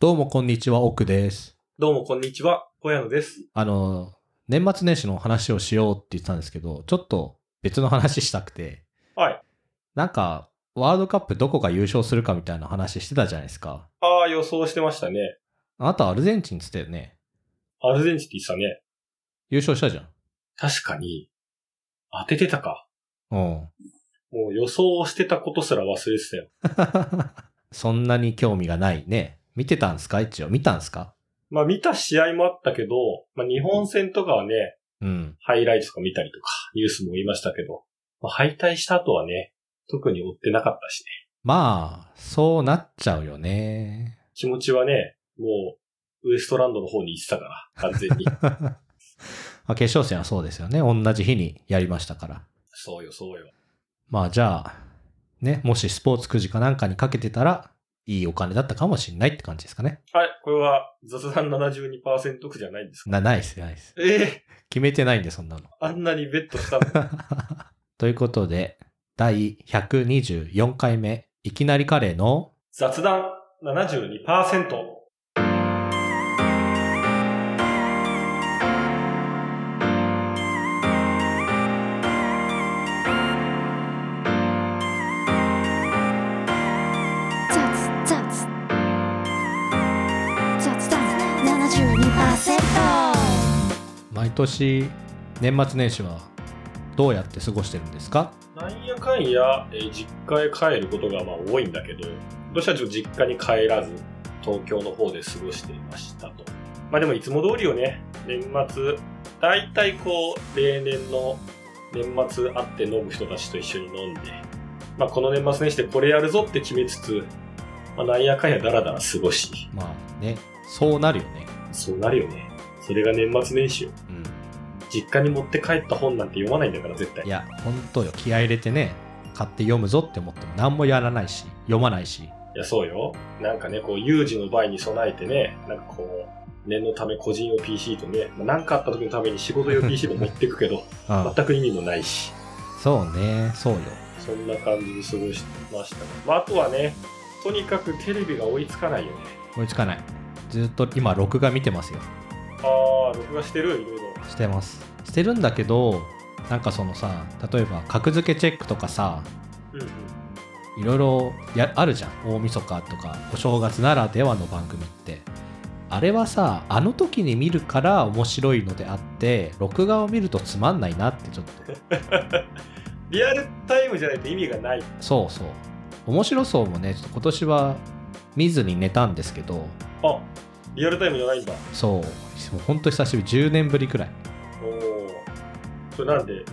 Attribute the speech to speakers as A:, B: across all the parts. A: どうもこんにちは、奥です。
B: どうも、こんにちは。小屋野です。
A: あの、年末年始の話をしようって言ってたんですけど、ちょっと別の話したくて、
B: はい。
A: なんか、ワールドカップどこが優勝するかみたいな話してたじゃないですか。
B: ああ、予想してましたね。
A: あなたアルゼンチンっつったよね。
B: アルゼンチンって言ってたね。
A: 優勝したじゃん。
B: 確かに、当ててたか。
A: うん。
B: もう予想してたことすら忘れてたよ。
A: そんなに興味がないね。見てたんすか一応。見たんすか
B: まあ見た試合もあったけど、まあ日本戦とかはね、
A: うん。
B: ハイライトとか見たりとか、ニュースも見ましたけど、まあ、敗退した後はね、特に追ってなかったしね。
A: まあ、そうなっちゃうよね。
B: 気持ちはね、もう、ウエストランドの方に行ってたから、完全 に。
A: まあ決勝戦はそうですよね。同じ日にやりましたから。
B: そうよ、そうよ。
A: まあじゃあ、ね、もしスポーツくじかなんかにかけてたら、いいお金だったかもしんないって感じですかね。
B: はい、これは雑談72%くじゃないんですか
A: な、ないっす、ないっす。
B: ええ
A: 決めてないんで、そんなの。
B: あんなにベッドしたの
A: ということで、第124回目、いきなりカレーの、
B: 雑談72%。
C: 雑雑雑談72%
A: 毎年、年末年始は、どうやって過ごしてるんですか
B: なんやかんや、えー実家へ帰ることがまあ多いんだけど、どうしたらちょっと実家に帰らず、東京の方で過ごしていましたと。まあでもいつも通りよね、年末、だいたいこう、例年の年末会って飲む人たちと一緒に飲んで、まあこの年末年始でこれやるぞって決めつつ、まあなんやかんやだらだら過ごし、
A: まあね、そうなるよね。
B: そうなるよね。それが年末年始よ。
A: うん。
B: 実家に持って帰った本なんて読まないんだから絶対
A: い。や、ほんとよ、気合い入れてね、買って読むぞって思っても何もやらないし、読まないし、
B: いや、そうよ。なんかね、こう、有事の場合に備えてね、なんかこう、念のため個人用 PC とね、まあ、なんかあった時のために仕事 用 PC も持ってくけど、
A: うん、
B: 全く意味もないし、
A: そうね、そうよ。
B: そんな感じで過ごしてましたね。まあ、あとはね、とにかくテレビが追いつかないよね。
A: 追いつかない。ずっと今、録画見てますよ。
B: あー、録画してるいろいろ。
A: してます。してるんだけど、なんかそのさ、例えば格付けチェックとかさ、
B: うんうん。
A: いろいろやあるじゃん。大晦日とか、お正月ならではの番組って。あれはさ、あの時に見るから面白いのであって、録画を見るとつまんないなってちょっと。
B: リアルタイムじゃないと意味がない。
A: そうそう。面白そうもね、ちょっと今年は見ずに寝たんですけど、
B: あ、リアルタイムじゃないんだ。
A: そう、もうほんと久しぶり、10年ぶりくらい。
B: おー。それなんで、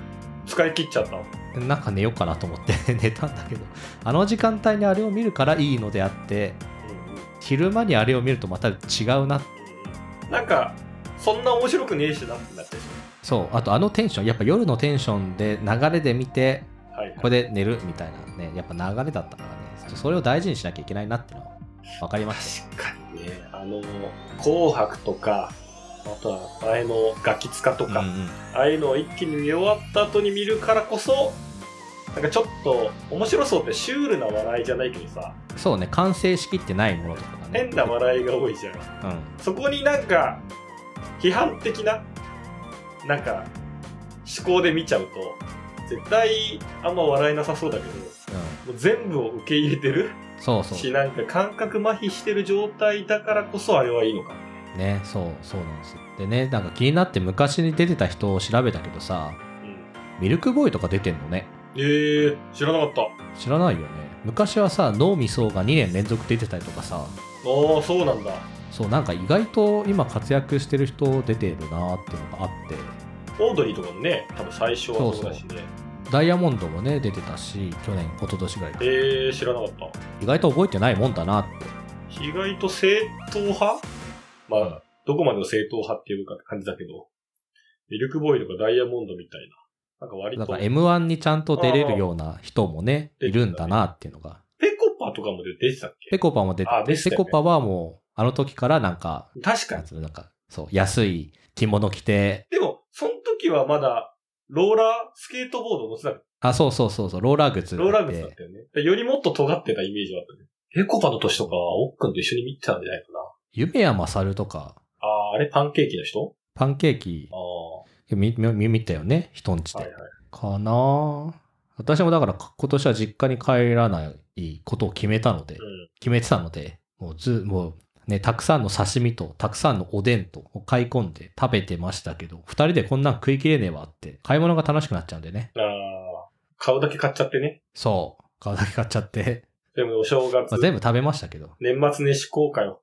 B: 使い切っちゃったの
A: なんか寝ようかなと思って 寝たんだけどあの時間帯にあれを見るからいいのであって
B: うんうん。
A: 昼間にあれを見るとまた違うな
B: なんか、そんな面白くねえしなってなっちゃいそ
A: そうあとあのテンションやっぱ夜のテンションで流れで見て
B: う。はい、
A: これで寝るみたいなねやっぱ流れだったからねちょっとそれを大事にしなきゃいけないなってのは分かりまし
B: 確かにね、あの、紅白とか、あとは前のガキ使と
A: た、
B: か、
A: うんうん
B: ああいうのを一気に見終わった後に見るからこそ、なんかちょっと面白そうってシュールな笑いじゃないけどさ、
A: そうね完成しきってないものとかがね
B: 変な笑いが多いじゃん。
A: うん
B: そこになんか、批判的な、なんか、思考で見ちゃうと、絶対あんま笑えなさそうだけど、もう全部を受け入れてる
A: うん、そうそう
B: しなんか感覚麻痺してる状態だからこそあれはいいのかもね
A: ねそうそうなんですよでねなんか気になって昔に出てた人を調べたけどさミルクボーイとか出てんのね
B: えー、知らなかったあ
A: 知らないよね昔はさ脳みそが2年連続出てたりとかさ
B: あそうなんだ
A: そうなんか意外と今活躍してる人出てるなーっていうのがあって
B: オードリーとかもね多分最初はそうだしね
A: ダイヤモンドもね出てたし去年一昨年ぐらい
B: えー、知らなかった
A: 意外と覚えてないもんだなって
B: 意外と正統派まあどこまでの正統派っていうか感じだけどミルクボーイとかダイヤモンドみたいななんか割
A: だ
B: と
A: から
B: ペ
A: m 1にちゃんと出れるような人もね
B: あー
A: いるんだなっていうのが
B: コパとかも出てたっけ
A: ペコパも出て
B: あ
A: て、
B: でした
A: ペ
B: よね
A: コパはもうあの時からなんか
B: 確か
A: なん
B: に
A: つうのなんかそう安い着物着て
B: でもその時はまだローラースケートボード乗せなかった
A: あそうそうそうそうローラー靴
B: ローラー靴だったよね。よりもっと尖ってたイメージはあったね。ペコパの年とかは、おっくんと一緒に見てたんじゃないかな。
A: 夢谷勝とか、
B: ああ、あれパンケーキの人
A: パンケーキ
B: あ、あ、
A: み、み、み見たよね人んち
B: はい
A: で。
B: はい。
A: かなぁ私もだからか今年は実家に帰らないことを決めたので、
B: うん。
A: 決めてたので、もうず、もうね、たくさんの刺身と、たくさんのおでんと、買い込んで食べてましたけど、二人でこんなん食いきれねえわって、買い物が楽しくなっちゃうんでね。
B: ああ、買うだけ買っちゃってね。
A: そう。買うだけ買っちゃって、
B: でもお正月、
A: まあ全部食べましたけど。
B: 年末年始公開を。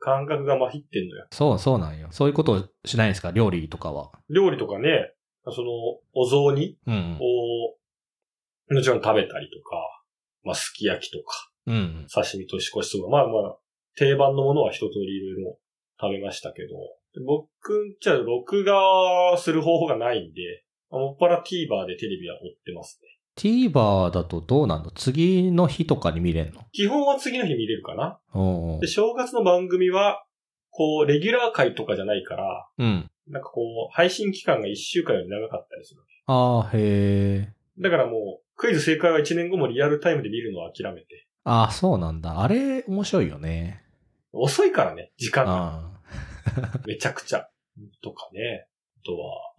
B: 感覚がまひってんのよ。
A: そう、そうなんよ。そういうことをしないんですか料理とかは。
B: 料理とかね、その、お雑煮
A: うん
B: を、もちろん食べたりとか、まあ、すき焼きとか、
A: うん。うん。
B: 刺身としこしとか、まあまあ、定番のものは一通りいろいろ食べましたけど、僕んちは録画する方法がないんで、もっぱら TVer でテレビは追ってますね。
A: TVer だとどうなんの次の日とかに見れんの
B: 基本は次の日見れるかな
A: おうおう
B: で、正月の番組は、こう、レギュラー回とかじゃないから、
A: うん。
B: なんかこう、配信期間が1週間より長かったりする。
A: ああ、へえ。
B: だからもう、クイズ正解は1年後もリアルタイムで見るのを諦めて。
A: ああ、そうなんだ。あれ、面白いよね。
B: 遅いからね、時間が。
A: ああ。
B: めちゃくちゃ。とかね。あと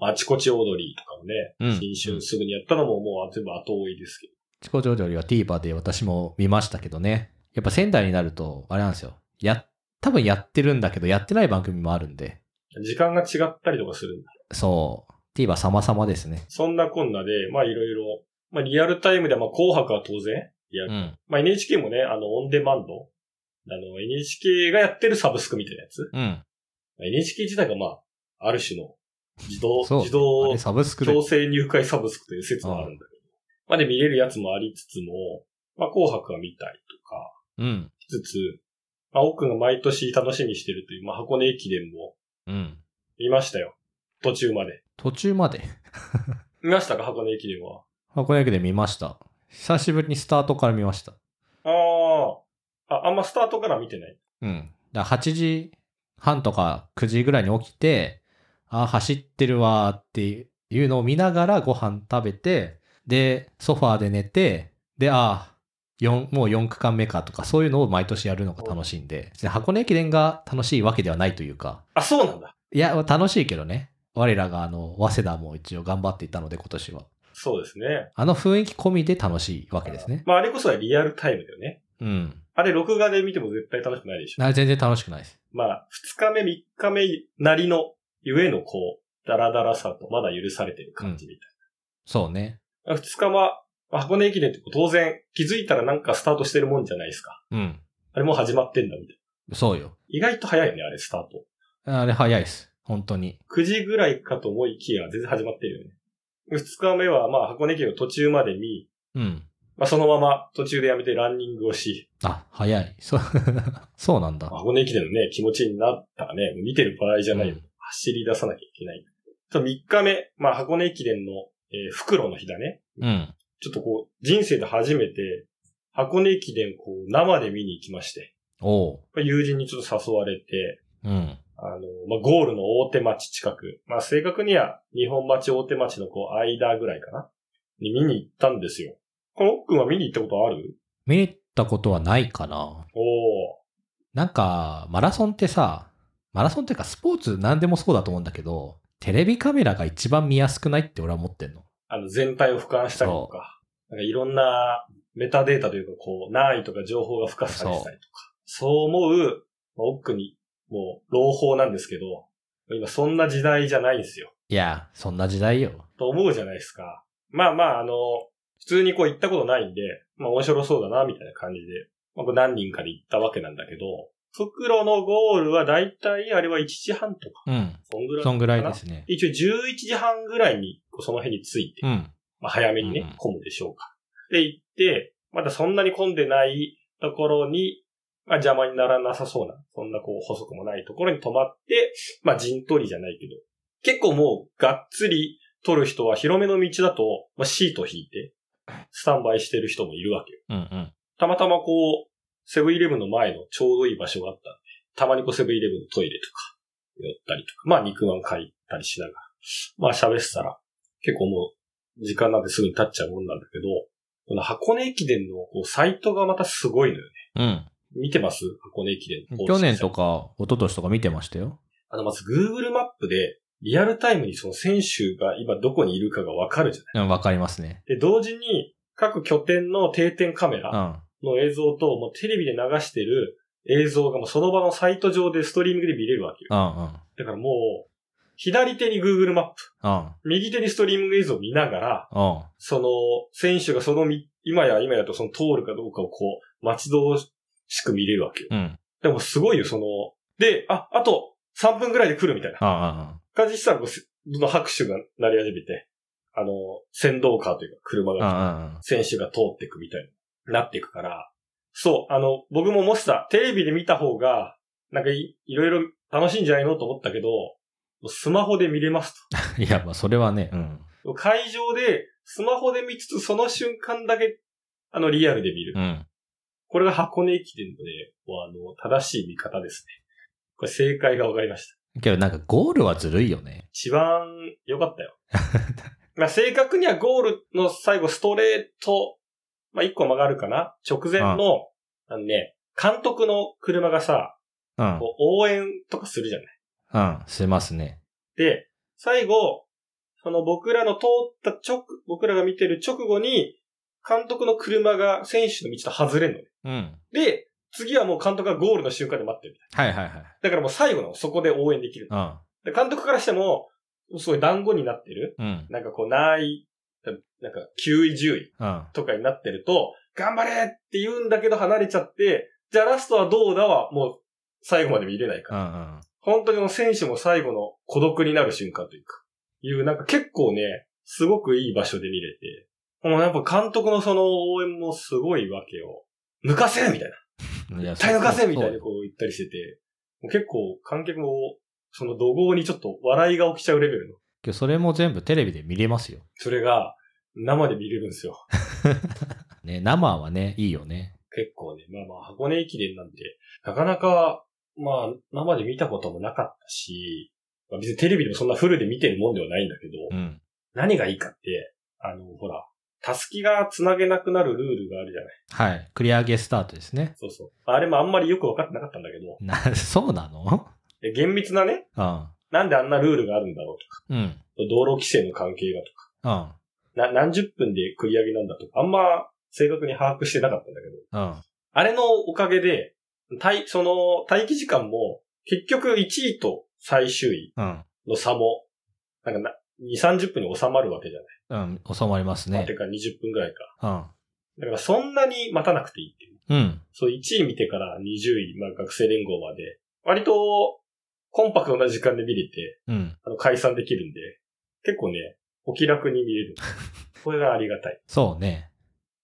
B: は、あちこち踊りとかも
A: う
B: ね、
A: ん
B: 新春すぐにやったのももう全部後追いですけど。
A: チコジョジョリは TVer で私も見ましたけどね。やっぱ仙台になると、あれなんですよ。や、多分やってるんだけど、やってない番組もあるんで。
B: 時間が違ったりとかするんだ。
A: そう。TVer 様々ですね。
B: そんなこんなで、まあいろいろ、まあリアルタイムではまあ紅白は当然、リアル。
A: うん。
B: まあ NHK もね、あの、オンデマンド。あの、NHK がやってるサブスクみたいなやつ。
A: うん。
B: まあ NHK 自体がまあ、ある種の自動、
A: そう。
B: 自動
A: あれサブスクで。
B: 強制入会サブスクという説もあるんだけど。まあで見れるやつもありつつも、まあ紅白は見たりとか、
A: うん。
B: しつつ、まあ奥が毎年楽しみにしてるという、まあ箱根駅伝も
A: うん。
B: 見ましたよ。途中まで。
A: 途中まで。
B: 見ましたか箱根駅伝は。
A: 箱根駅で見ました。久しぶりにスタートから見ました。
B: ああ。あ、あんまスタートから見てない。
A: うん。だから8時半とか9時ぐらいに起きて、あー走ってるわーっていうのを見ながらご飯食べて、で、ソファーで寝て、で、あー四もう4区間目かとか、そういうのを毎年やるのが楽しいんで、別に箱根駅伝が楽しいわけではないというか、
B: あ、そうなんだ。
A: いや、楽しいけどね。我らがあの、早稲田も一応頑張っていたので、今年は。
B: そうですね。
A: あの雰囲気込みで楽しいわけですね。
B: まああれこそはリアルタイムだよね。
A: うん。
B: あれ録画で見ても絶対楽しくないでしょ。
A: あ全然楽しくないです。
B: まあ、二日目、三日目なりの、ゆえのこう、ダラダラさとまだ許されてる感じみたいな
A: そうね。
B: 二日は、まあ箱根駅伝ってこう当然気づいたらなんかスタートしてるもんじゃないですか。
A: うん。
B: あれもう始まってんだみたいな。
A: そうよ。
B: 意外と早いよね、あれスタート。
A: あれ早いです。本当に。
B: 9時ぐらいかと思いきや全然始まってるよね。二日目はまあ箱根駅伝を途中まで見、
A: うん。
B: まあそのまま途中でやめてランニングをし、
A: あ、早い。そう、 そうなんだ。
B: 箱根駅伝のね、気持ちになったらね、もう見てる場合じゃないよ。
A: うん
B: 走り出さなきゃいけない。と三日目、まあ箱根駅伝の、えー、袋の日だね。
A: うん。
B: ちょっとこう、人生で初めて箱根駅伝こう生で見に行きまして。
A: おう。
B: 友人にちょっと誘われて、
A: うん。
B: あの、まあ、ゴールの大手町近く、まあ、正確には日本町大手町のこう、間ぐらいかなに見に行ったんですよ。この奥君は見に行ったことある
A: 見に行ったことはないかな。
B: おー。
A: なんか、マラソンってさ、マラソンっていうかスポーツ何でもそうだと思うんだけど、テレビカメラが一番見やすくないって俺は思ってんの。
B: あの、全体を俯瞰したりとか、なんかいろんなメタデータというか、こう、難易とか情報が深さにしたりとか、そう思う、まあ、奥に、もう、朗報なんですけど、今そんな時代じゃないんですよ。
A: いや、そんな時代よ。
B: と思うじゃないですか。まあまあ、あの、普通にこう行ったことないんで、まあ面白そうだな、みたいな感じで、まあ、こう何人かで行ったわけなんだけど、袋のゴールはだいたいあれは1時半とか、
A: うん。
B: そんぐらいか
A: そ
B: なん
A: ぐらいですね。
B: 一応11時半ぐらいにこうその辺に着いて、
A: うん。
B: まあ早めに
A: うんう
B: ね
A: ん、
B: 混むでしょうか。で、行って、まだそんなに混んでないところに、まあ邪魔にならなさそうな、そんなこう細くもないところに泊まって、まあ陣取りじゃないけど、結構もうがっつり取る人は広めの道だと、まあシート引いて、スタンバイしてる人もいるわけよ。
A: うんうん。
B: たまたまこう、セブンイレブンの前のちょうどいい場所があったんで、たまにこうセブンイレブンのトイレとか、寄ったりとか、まあ肉まん買ったりしながら、まあ喋ってたら、結構もう、時間なんてすぐに経っちゃうもんなんだけど、この箱根駅伝のこうサイトがまたすごいのよね。
A: うん。
B: 見てます箱根駅伝の公式
A: 去年と
B: サイト。
A: か一昨年とか見てましたよ。
B: あの、まず Google マップで、リアルタイムにその選手が今どこにいるかがわかるじゃない。
A: うん、わかりますね。
B: で、同時に、各拠点の定点カメ
A: う
B: ラ
A: ん。
B: の映像と、もうテレビで流してる映像がもうその場のサイト上でストリーミングで見れるわけよ。
A: うんうん。
B: だからもう、左手に Google マップ、
A: うん。
B: 右手にストリーミング映像を見ながら、
A: うん。
B: その、選手がそのみ、今や今やとその通るかどうかをこう、待ち遠しく見れるわけよ。
A: うん。うん。
B: でもすごいよ、その、で、あ、あと3分ぐらいで来るみたい
A: う
B: な。
A: ん。
B: 感じしたらこうせ、の拍手が鳴り始めて、あの、先導カーというか車
A: うん。う
B: が、
A: ん。
B: 選手が通っていくみたいになっていくから、そう、あの、僕ももしさ、テレビで見た方が、なんかいいろいろ楽しいんじゃないのと思ったけど、スマホで見れますと。
A: いや、まあ、それはね、うん。
B: 会場で、スマホで見つつ、その瞬間だけ、あの、リアルで見る。
A: うん。
B: これが箱根駅伝のね、こうあの、正しい見方ですね。これ正解が分かりました。
A: けど、なんか、ゴールはずるいよね。
B: 一番良かった よ。まあ正確にはゴールの最後、ストレート、まあ一個曲がるかな直前の、あのね、監督の車がさ、
A: うん。
B: こう応援とかするじゃない。
A: うん。しますね。
B: で、最後、その僕らの通った直、僕らが見てる直後に、監督の車が選手の道と外れんのね。
A: うん。
B: で、次はもう監督がゴールの瞬間で待ってる。
A: はいはいはい。
B: だからもう最後のそこで応援できる。で監督からしても、すごい団子になってる。
A: うん。うん。
B: なんかこう、ない、なんか9位、10位
A: うん。
B: とかになってると、頑張れって言うんだけど離れちゃって、じゃあラストはどうだはもう最後まで見れないか
A: う
B: ら。
A: ん。うん。
B: 本当にもう選手も最後の孤独になる瞬間というか、いうなんか結構ね、すごくいい場所で見れて、もうやっぱ監督のその応援もすごいわけよ。抜かせみたいな。
A: いや
B: 絶対抜かせみたい
A: そ
B: に
A: う
B: こう言ったりしてて、もう結構観客もその怒号にちょっと笑いが起きちゃうレベルの。
A: けどそれも全部テレビで見れますよ。
B: それが生で見れるんですよ。
A: ね、生はね、いいよね。
B: 結構ね、まあまあ、箱根駅伝なんて、なかなか、まあ、生で見たこともなかったし、まあ、別にテレビでもそんなフルで見てるもんではないんだけど、
A: うん。
B: 何がいいかって、あの、ほら、たすきが繋げなくなるルールがあるじゃない。
A: はい。繰り上げスタートですね。
B: そうそう。あれもあんまりよくわかってなかったんだけど、
A: な、 そうなの
B: え厳密なね、
A: うん。
B: なんであんなルールがあるんだろうとか、
A: うん。
B: 道路規制の関係がと
A: うん。
B: か、な何十分で繰り上げなんだとか、あんま正確に把握してなかったんだけど、
A: うん。
B: あれのおかげで、待、その、待機時間も、結局1位と最終位
A: うん。
B: の差も、なんかな、2、30分に収まるわけじゃない。
A: うん。収まります
B: まあ
A: ね
B: て。か20分ぐらいか。
A: うん。
B: だからそんなに待たなくていいっていう。
A: うん。
B: そう、1位見てから20位、まあ学生連合まで、割と、コンパクトな時間で見れて、
A: うん。
B: あの、解散できるんで、結構ね、お気楽に見れる。これがありがたい。
A: そうね。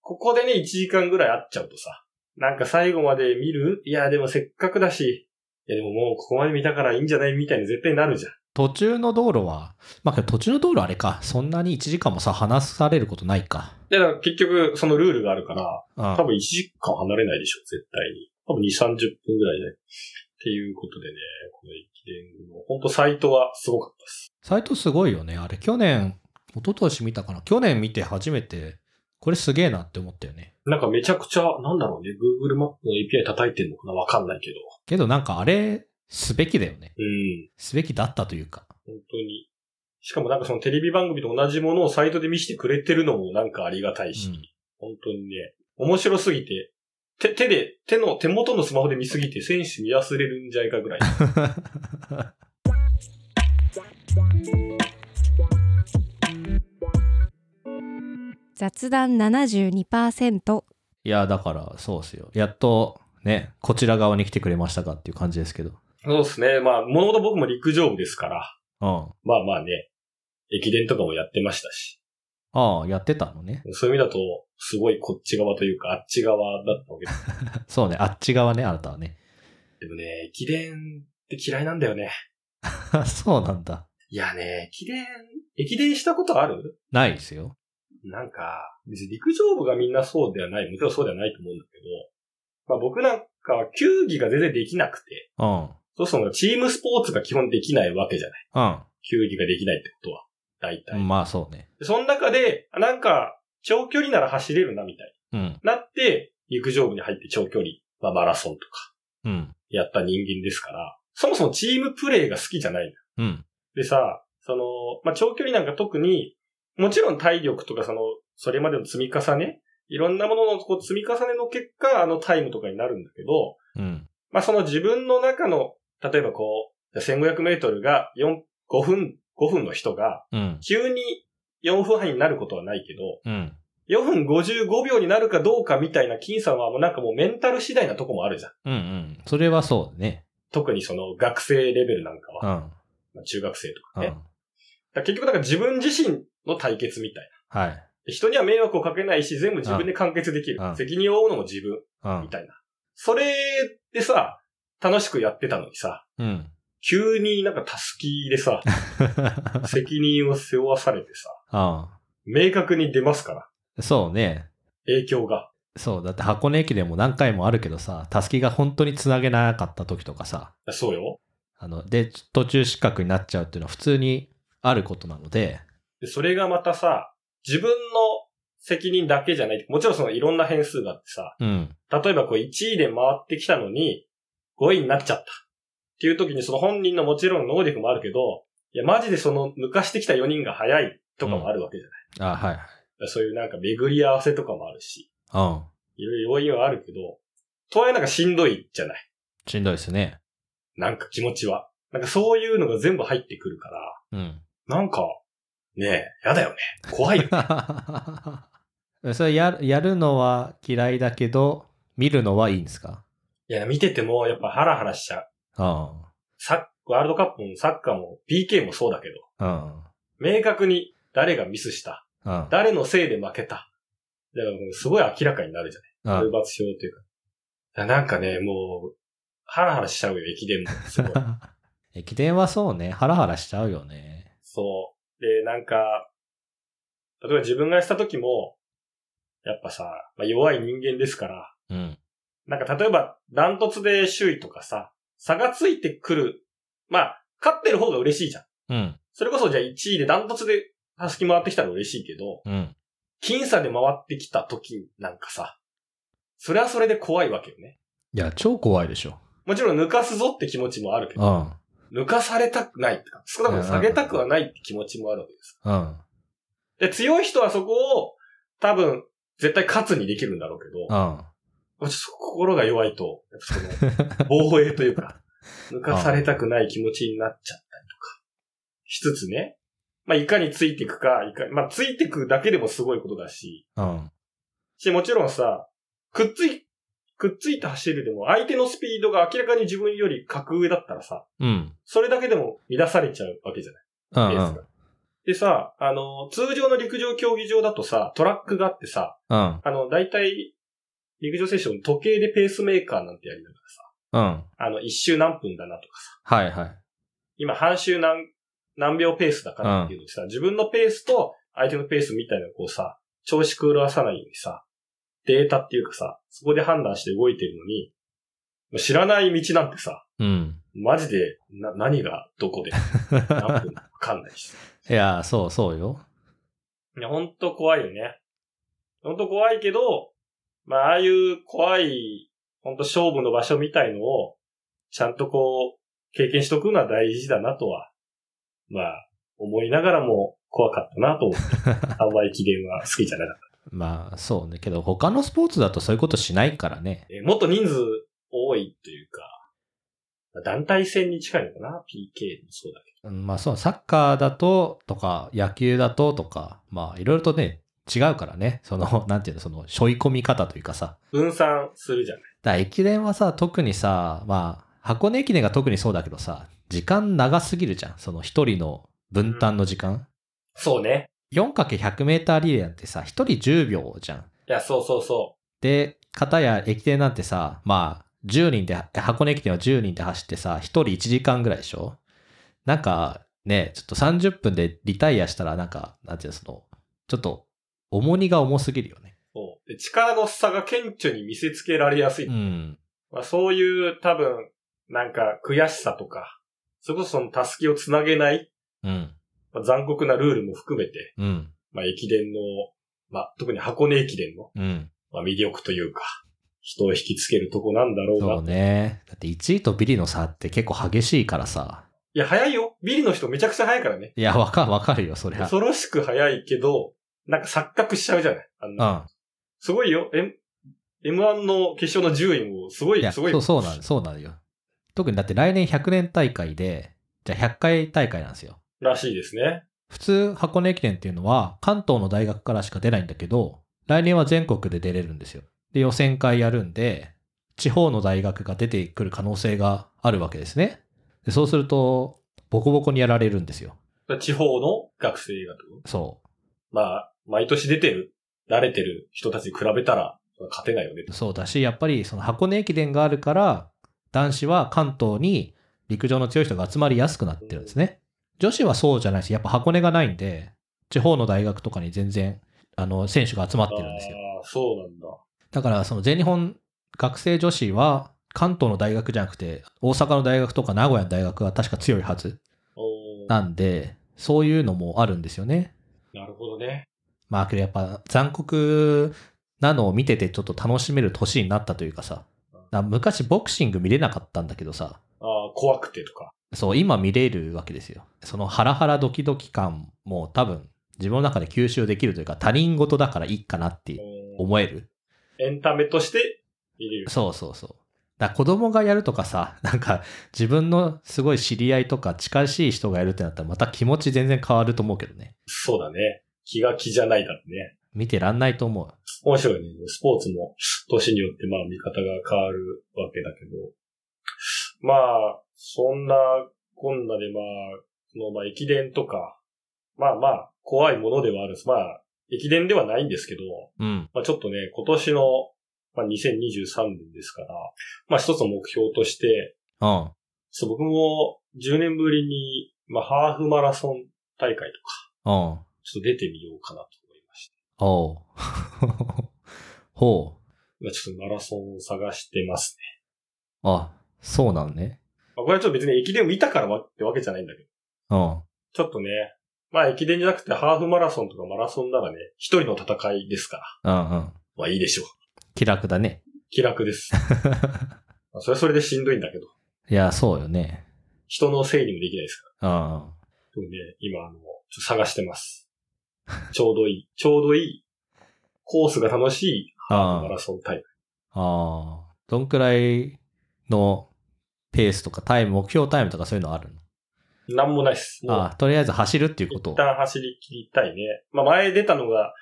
B: ここでね、1時間ぐらい会っちゃうとさ、なんか最後まで見るいや、でもせっかくだし、いや、でももうここまで見たからいいんじゃないみたいに絶対なるじゃん。
A: 途中の道路は、まあ、けど途中の道路あれか。そんなに1時間もさ、話されることないか。
B: でだから結局、そのルールがあるから、
A: うん
B: 多。分1時間離れないでしょ、絶対に。多分2、30分ぐらいで。っていうことでね、この駅伝の、本当サイトはすごかったです。
A: サイトすごいよね。あれ、去年、一昨年見たかな。去年見て初めて、これすげえなって思ったよね。
B: なんかめちゃくちゃ、なんだろうね、Google マップの API 叩いてんのかなわかんないけど。
A: けどなんかあれ、すべきだよね。
B: うん、
A: すべきだったというか。
B: 本当に。しかもなんかそのテレビ番組と同じものをサイトで見せてくれてるのもなんかありがたいし、
A: うん
B: 本当にね、面白すぎて、手、手で、手の、手元のスマホで見すぎて選手見忘れるんじゃないかぐらい。
D: 雑談72%
A: いや、だから、そうっすよ。やっと、ね、こちら側に来てくれましたかっていう感じですけど。
B: そうですね。まあ、もともと僕も陸上部ですから、
A: うん。
B: まあまあね、駅伝とかもやってましたし、
A: ああ、やってたのね。
B: そういう意味だと、すごいこっち側というか、あっち側だったわけです。
A: そうね、あっち側ね、あなたはね。
B: でもね、駅伝って嫌いなんだよね。
A: そうなんだ。
B: いやね、駅伝、駅伝したことある
A: ないですよ。
B: なんか、別に陸上部がみんなそうではない、もちろんそうではないと思うんだけど、まあ僕なんかは球技が全然できなくて、
A: うん。
B: そうそもチームスポーツが基本できないわけじゃない。
A: う
B: 球技ができないってことは、大体。
A: ん。まあ、そうね。
B: その中で、あなんか、長距離なら走れるな、みたいな。
A: うん。
B: なって、陸上部に入って長距離まあ、マラソンとか、
A: うん。
B: やった人間ですから、そもそもチームプレーが好きじゃないのよ
A: うん。
B: でさ、その、まあ、長距離なんか特に、もちろん体力とかその、それまでの積み重ね、いろんなもののこう積み重ねの結果、あのタイムとかになるんだけど、
A: うん。
B: まあ、その自分の中の、例えばこう、1500メートルが4、5分、5分の人が、
A: うん。
B: 急に4分半になることはないけど、
A: うん。
B: 4分55秒になるかどうかみたいな金さんはもうなんかもうメンタル次第なとこもあるじゃん。
A: うん。うん。それはそうね。
B: 特にその学生レベルなんか
A: う
B: は、
A: ん。
B: まあ中学生とか
A: う
B: ね。だ
A: ん
B: か。ら結局なんか自分自身の対決みたい
A: はい。
B: な。人には迷惑をかけないし、全部自分で完結できる
A: う。ん
B: 責任を負うのも自分、
A: う
B: み
A: ん。
B: たいな。それでさ、楽しくやってたのにさ、
A: うん。
B: 急になんかタスキでさ、責任を背負わされてさ、
A: う
B: 明確に出ますから、
A: ん。そうね。
B: 影響が。
A: そう。だって箱根駅伝も何回もあるけどさ、たすきが本当につなげなかった時とかさ、
B: そうよ。
A: あの、で、途中失格になっちゃうっていうのは普通にあることなので、
B: で、それがまたさ、自分の責任だけじゃない。もちろんそのいろんな変数があってさ、
A: うん。
B: 例えばこう1位で回ってきたのに5位になっちゃった。っていう時にその本人のもちろん能力もあるけど、いやマジでその抜かしてきた4人が早いとかもあるわけじゃない。
A: あ、はい。
B: そういうなんか巡り合わせとかもあるし、
A: うん。
B: いろいろ要因はあるけど、とはいえなんかしんどいじゃない。
A: しんどいですね。
B: なんか気持ちは。なんかそういうのが全部入ってくるから、
A: うん。
B: なんか、ねえ、やだよね。怖い よ。
A: それややるのは嫌いだけど、見るのはいいんですか
B: いや、見ててもやっぱハラハラしちゃう。
A: うん。
B: サッワールドカップもサッカーも PK もそうだけど、
A: うん。
B: 明確に誰がミスした、
A: うん。
B: 誰のせいで負けた。だからもうすごい明らかになるじゃ
A: う
B: ない。
A: ん
B: 懲罰表というか。だからなんかね、もう、ハラハラしちゃうよ、駅伝も。す ごい。
A: 駅伝はそうね、ハラハラしちゃうよね。
B: そう。で、なんか、例えば自分がした時も、やっぱさ、まあ、弱い人間ですから、
A: うん。
B: なんか例えば、ダントツで首位とかさ、差がついてくる。まあ、勝ってる方が嬉しいじゃん。
A: うん。
B: それこそじゃあ1位でダントツでタスキ回ってきたら嬉しいけど、
A: うん。
B: 僅差で回ってきた時なんかさ、それはそれで怖いわけよね。
A: いや、超怖いでしょ。
B: もちろん抜かすぞって気持ちもあるけ
A: う
B: ど、
A: ん。
B: 抜かされたくないってか、少なくとも下げたくはないって気持ちもあるわけです。
A: うん。
B: で、強い人はそこを多分絶対勝つにできるんだろうけど、
A: うん。
B: もうちょっと心が弱いと、やっぱその、防衛とい うか、抜かされたくない気持ちになっちゃったりとか、しつつね、まあ、いかについていくか、いかまあ、ついていくだけでもすごいことだし、
A: うん。
B: し、もちろんさ、くっつい、くっついて走るでも、相手のスピードが明らかに自分より格上だったらさ、
A: うん。
B: それだけでも乱されちゃうわけじゃ
A: う
B: ない、ペース
A: ん。
B: が。でさ、あの、通常の陸上競技場だとさ、トラックがあってさ、
A: うん。
B: あの、大体、陸上選手の時計でペースメーカーなんてやりながらさ、
A: うん。
B: あの、一周何分だなとかさ、
A: はいはい。
B: 今半周何、何秒ペースだからっていうのでさ、自分のペースと相手のペースみたいなのをこうさ、調子狂わさないようにさ、データっていうかさ、そこで判断して動いてるのに、もう知らない道なんてさ、
A: うん。
B: マジで、な、何がどこで、何分かわかんないし。
A: いや、そうそうよ。
B: いや、ほんと怖いよね。ほんと怖いけど、まあ、ああいう怖い、ほんと勝負の場所みたいのを、ちゃんとこう、経験しとくのは大事だなとは、まあ、思いながらも怖かったなと思って、あんまり駅伝は好きじゃなかっ
A: まあ、そうね。けど、他のスポーツだとそういうことしないからね。
B: た。えもっと人数多いというか、まあ団体戦に近いのかな ?PK もそうだけ
A: うんまあ、そう、サッカーだと、とか、野球だと、とか、まあ、いろいろとね、違うからね。その、なんていうの、その、背負い込み方というかさ。
B: ど。分散するじゃない。
A: だから駅伝はさ、特にさ、まあ、箱根駅伝が特にそうだけどさ、時間長すぎるじゃん。その、一人の分担の時間。
B: そうね。
A: 4×100 メーターリレーなんてさ、一人10秒じゃん。
B: いや、そうそうそ
A: で、片や駅伝なんてさ、まあ、10人で、箱根駅伝は10人で走ってさ、1人1時間ぐらいでしょなんか、ね、ちょっと30分でリタイアしたら、なんか、なんていうの、その、ちょっと、重荷が重すぎるよね
B: う。。そうで力の差が顕著に見せつけられやすい。
A: うん。
B: まあ、そういう多分、なんか悔しさとか、それこそそのタスキをつなげない、
A: うん。
B: まあ、残酷なルールも含めて、
A: うん。
B: まあ、駅伝の、まあ、特に箱根駅伝の、
A: うん。
B: まあ、魅力というか、人を引きつけるとこなんだろうな
A: そうね。だって1位とビリの差って結構激しいからさ。
B: いや、早いよ。ビリの人めちゃくちゃ早いからね。
A: いや、わかわかるよ、そりゃ。
B: 恐ろしく早いけど、なんか錯覚しちゃうじゃないあんな
A: う
B: すごいよ。M、M1 の決勝の順位もすご
A: ん。いや、
B: い、す
A: そ
B: ごい。
A: うそうなんそうなんよ。特にだって来年100年大会で、じゃあ100回大会なんですよ。
B: らしいですね。
A: 普通、箱根駅伝っていうのは関東の大学からしか出ないんだけど、来年は全国で出れるんですよ。で、予選会やるんで、地方の大学が出てくる可能性があるわけですね。でそうすると、ボコボコにやられるんですよ。
B: 地方の学生がってこと
A: そ
B: まあ、毎年出てる、慣れてる人たちに比べたら、勝てないよね
A: う。。そうだし、やっぱりその箱根駅伝があるから、男子は関東に陸上の強い人が集まりやすくなってるんですね。女子はそうじゃないし、やっぱ箱根がないんで、地方の大学とかに全然、あの、選手が集まってるんですよ。
B: ああ、そうなんだ。
A: だからその全日本学生女子は関東の大学じゃなくて大阪の大学とか名古屋の大学が確か強いはず
B: おー
A: なんでそういうのもあるんですよね。
B: なるほどね。
A: まあけどやっぱ残酷なのを見ててちょっと楽しめる年になったというかさな昔ボクシング見れなかったんだけどさ
B: ああ、怖くてとか。
A: そう今見れるわけですよ。そのハラハラドキドキ感も多分自分の中で吸収できるというか他人事だからいいかなって
B: おー
A: 思える
B: エンタメとして見れる。
A: そうそうそう。だから子供がやるとかさ、なんか自分のすごい知り合いとか近しい人がやるってなったらまた気持ち全然変わると思うけどね。
B: そうだね。気が気じゃないからね。
A: 見てらんないと思う。
B: 面白いね。スポーツも年によってまあ見方が変わるわけだけど。まあ、そんなこんなでまあ、このまあ駅伝とか、まあまあ、怖いものではあるんです。まあ、駅伝ではないんですけど、
A: うん。
B: まあちょっとね、今年の、まあ、2023年ですから、まあ一つの目標として、
A: うん。
B: ちょっと僕も10年ぶりに、まあハーフマラソン大会とか、
A: うん。
B: ちょっと出てみようかなと思いまして。
A: おう。 ほ
B: 今ちょっとマラソンを探してますね。
A: う。あ、そうなんね。
B: まあこれはちょっと別に駅伝を見たからわってわけじゃないんだけど、
A: うん。
B: ちょっとね、まあ駅伝じゃなくてハーフマラソンとかマラソンならね、一人の戦いですから、
A: うんうん。
B: まあいいでしょう。
A: 気楽だね。
B: 気楽です。まあそれはそれでしんどいんだけど、
A: いや、そうよね。
B: 人のせいにもできないですから
A: うん。
B: でもね、今、あの、ちょっと探してます。ちょうどいい、ちょうどいい、コースが楽しい
A: あ
B: マラソンタイプ。
A: あー。どんくらいのペースとかタイム、目標タイムとかそういうのある
B: なんもないっす。
A: の
B: も
A: ああ、とりあえず走るっていう
B: う、
A: こと
B: 一旦走り切りたいね。まあ、前出たのが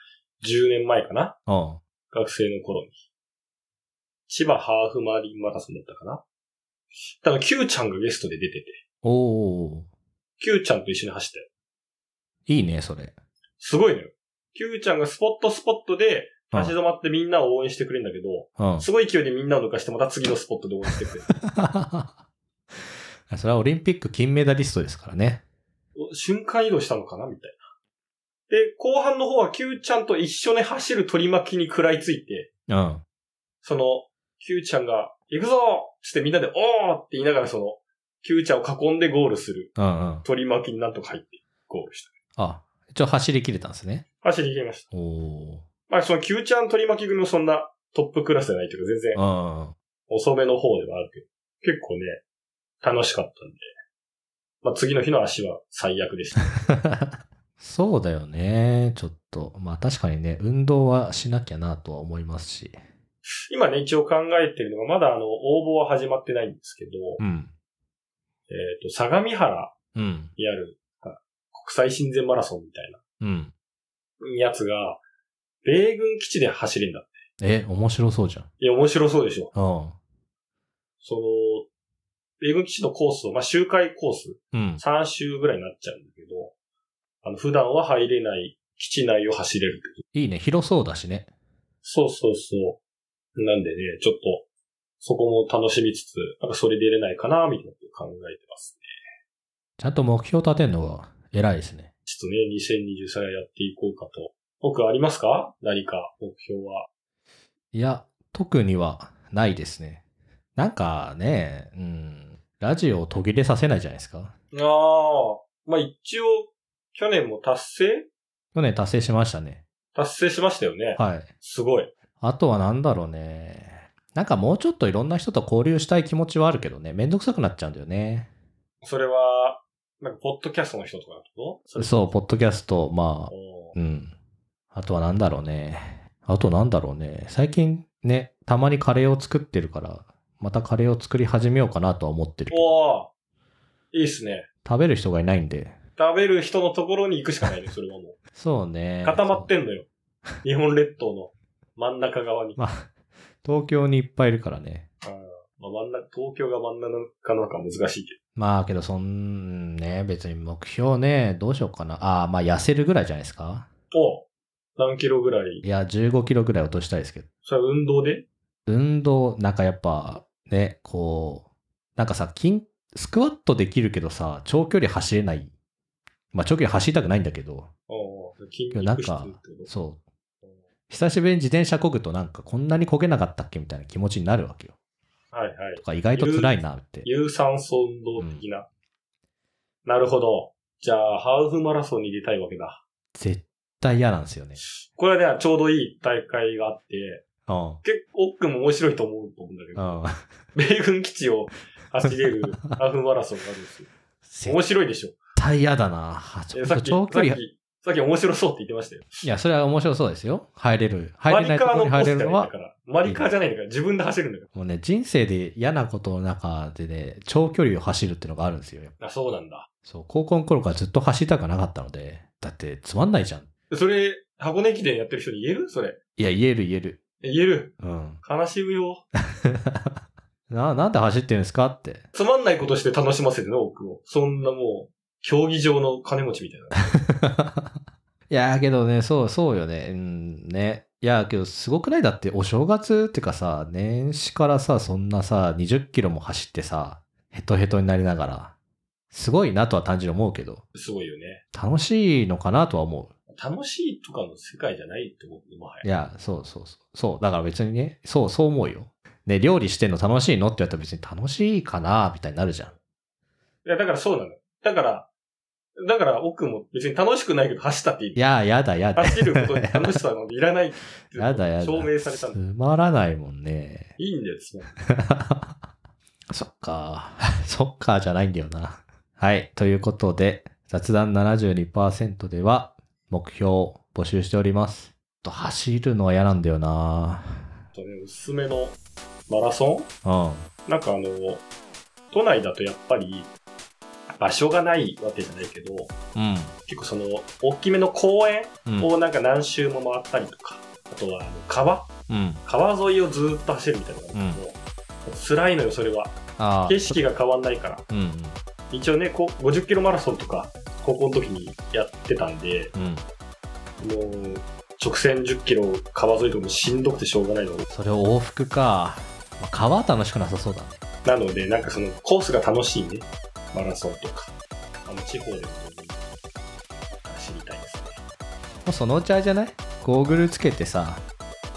B: 10年前かな
A: うん。
B: 学生の頃に。千葉ハーフマリンマラソンだったかな多分、Q ちゃんがゲストで出てて、
A: おお
B: Q ちゃんと一緒に走ったよ。
A: いいね、それ。
B: すごいのよ。Q ちゃんがスポットスポットで、
A: うん
B: 立ち止まってみんなを応援してくれるんだけど、
A: うん。
B: すごい勢いでみんなを抜かしてまた次のスポットで応援してくれる。
A: それはオリンピック金メダリストですからね。
B: お瞬間移動したのかなみたいな。で、後半の方は Q ちゃんと一緒に走る取り巻きに食らいついて、
A: うん。
B: その、Q ちゃんが、行くぞつってみんなで、おーって言いながらその、Q ちゃんを囲んでゴールする
A: うんうん。
B: 取り巻きになんとか入って、ゴールした。
A: あ、一応走り切れたんですね。
B: 走り切りました。
A: おお
B: まあその Q ちゃん取り巻き組もそんなトップクラスじゃないというか全然
A: ー。
B: 遅めの方ではあるけど、結構ね、楽しかったんで。まあ次の日の足は最悪でした。
A: うん。 そうだよね。ちょっと。まあ確かにね、運動はしなきゃなとは思いますし。
B: 今ね、一応考えてるのが、まだあの、応募は始まってないんですけど、
A: うん。
B: えっ、と、相模原
A: うん。
B: にあるあ国際親善マラソンみたい
A: うん。
B: なやつが、米軍基地で走るんだって。
A: え、面白そうじゃん。
B: いや、面白そうでしょ。
A: うん。
B: その、米軍基地のコースを、まあ、周回コース、
A: うん。
B: 3周ぐらいになっちゃうんだけど、あの、普段は入れない基地内を走れるって。
A: いいね。広そうだしね。
B: そうそうそう。なんでね、ちょっと、そこも楽しみつつ、なんかそれ出れないかな、みたいなことを考えてますね。
A: ちゃんと目標立てるのが偉いですね。
B: ちょっとね、2023やっていこうかと。僕ありますか何か目標は。
A: いや、特にはないですね。なんかね、うん、ラジオを途切れさせないじゃないですか。
B: ああ、まあ一応、去年も達成
A: 去年達成しましたね。
B: 達成しましたよね。
A: はい。
B: すごい。
A: あとはなんだろうね。なんかもうちょっといろんな人と交流したい気持ちはあるけどね、めんどくさくなっちゃうんだよね。
B: それは、なんか、ポッドキャストの人とかだと
A: そう、ポッドキャスト、まあ、
B: おー
A: うん。あとはなんだろうね。あとなんだろうね。最近ね、たまにカレーを作ってるから、またカレーを作り始めようかなとは思ってるけど。
B: おーいいっすね。
A: 食べる人がいないんで。
B: 食べる人のところに行くしかないね、それはも
A: そう ね
B: う。。固まってんのよ。日本列島の真ん中側に。
A: まあ、東京にいっぱいいるからね。
B: まあ、真ん中、東京が真ん中なのか難しいけ
A: まあけど、そんね、別に目標ね、どうしようかな。ああ、まあ痩せるぐらいじゃないですか。
B: ど。お何キロぐらい
A: いや、15キロぐらい落としたいですけど。
B: それは運動で
A: 運動、なんかやっぱ、ね、こう、なんかさ、筋、スクワットできるけどさ、長距離走れない。まあ長距離走りたくないんだけど、
B: おー筋
A: いやなん
B: 肉質
A: か
B: ってこ
A: そう
B: うん。
A: 久しぶりに自転車漕ぐとなんかこんなに漕げなかったっけみたいな気持ちになるわけよ。
B: とはいはい
A: と。か意外と辛いなって。
B: 有酸素運動的な。なるほど。じゃあ、ハーフマラソンに出たいわけだ。
A: 絶対嫌なんですよね。
B: これはね、ちょうどいい大会があって、
A: うん。
B: 結構、奥君も面白いと思うと思うんだけ
A: う
B: ど、
A: ん。
B: 米軍基地を 走れるハーフマラソンがあるんですよ。面
A: 絶
B: 白いでしょ。
A: 対嫌だな。ち
B: え
A: ょっ
B: さ
A: と
B: っき、
A: 長距離
B: さっ。き、さっき面白そうって言ってましたよ。
A: いや、それは面白そうですよ。入れる。
B: マ
A: 入れな
B: リ
A: いと
B: カ
A: ころ
B: ーの
A: に
B: コ
A: 入
B: ー
A: れ
B: スじ
A: る
B: ゃ
A: の
B: ない
A: は
B: んだか、ら。マリカーじゃないんだから、自分で走るんだか
A: もうね、人生で嫌なことの中でね、長距離を走るってのがあるんですよ。
B: ら。あ、そうなんだ。
A: そう、高校の頃からずっと走りたくなかったので、だってつまんないじゃん。
B: それ、箱根駅伝やってる人に言えるそれ。
A: いや、言える言える。
B: え言える。
A: うん。
B: 悲しむよ。
A: な、なんで走ってるんですかって。
B: つまんないことして楽しませての、奥を。そんなもう、競技場の金持ちみたいな。
A: いやーけどね、そう、そうよね。うん、ね。いやーけど、すごくないだって、お正月ってかさ、年始からさ、そんなさ、20キロも走ってさ、ヘトヘトになりながら、すごいなとは単純に思うけど、
B: すごいよね。
A: 楽しいのかなとは思う。
B: 楽しいとかの世界じゃないと思う、もはいや。
A: や、そうそうそう。そう、だから別にね、そう、そう思うよ。ね、料理してんの楽しいのって言われたら別に楽しいかなみたいになるじゃん。
B: いや、だからそうなの。だから、だから奥も別に楽しくないけど走ったっていい
A: い。や、やだ、やだ。
B: 走ることに楽しさなんていらないっていうのを
A: やだ、やだ。
B: 証明されたんだ。
A: つまらないもんね。
B: いいんですよ。
A: そっか。 そっかじゃないんだよな。はい。ということで、雑談72%では、目標を募集しております。と走るのは嫌なんだよな。
B: あとね、おすすめのマラソン
A: うん。
B: なんかあの、都内だとやっぱり、場所がないわけじゃないけど、
A: うん。
B: 結構その、大きめの公園
A: うん。
B: をなんか何周も回ったりとか、あとはあの川
A: うん。
B: 川沿いをずーっと走るみたいなのがあるんだけど、辛いのよ、それは。
A: ああ。
B: 景色が変わんないから。
A: うん。
B: 一応ね、こう50キロマラソンとか、高校の時にやってたんで、
A: うん。うん。
B: もう、直線10キロ川沿いとかもしんどくてしょうがないの。
A: それを往復か。まあ川は楽しくなさそうだね。
B: なので、なんかそのコースが楽しいね。マラソンとか。あの、地方でも走りたいですね。
A: もうそのうちあれじゃないゴーグルつけてさ、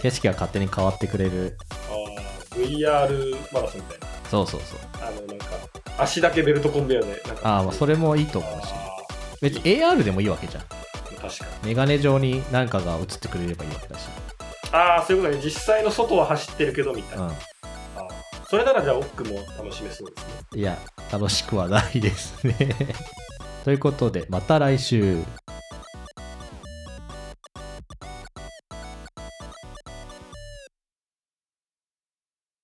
A: 景色が勝手に変わってくれる。
B: ああ、VR マラソンみたいな。
A: そうそうそう。
B: あの、なんか、足だけベルトコンベヤーで、なんか。
A: ああ、まあそれもいいと思うし。
B: あ
A: 別に AR でもいいわけじゃん。
B: ー確かに。
A: メガネ上に何かが映ってくれればいいわけだし。
B: ああ、そういうことね。実際の外は走ってるけど、みたいな。
A: う
B: あーそれならじゃあ、奥も楽しめそうですね。
A: ん。いや、楽しくはないですね。ということで、また来週。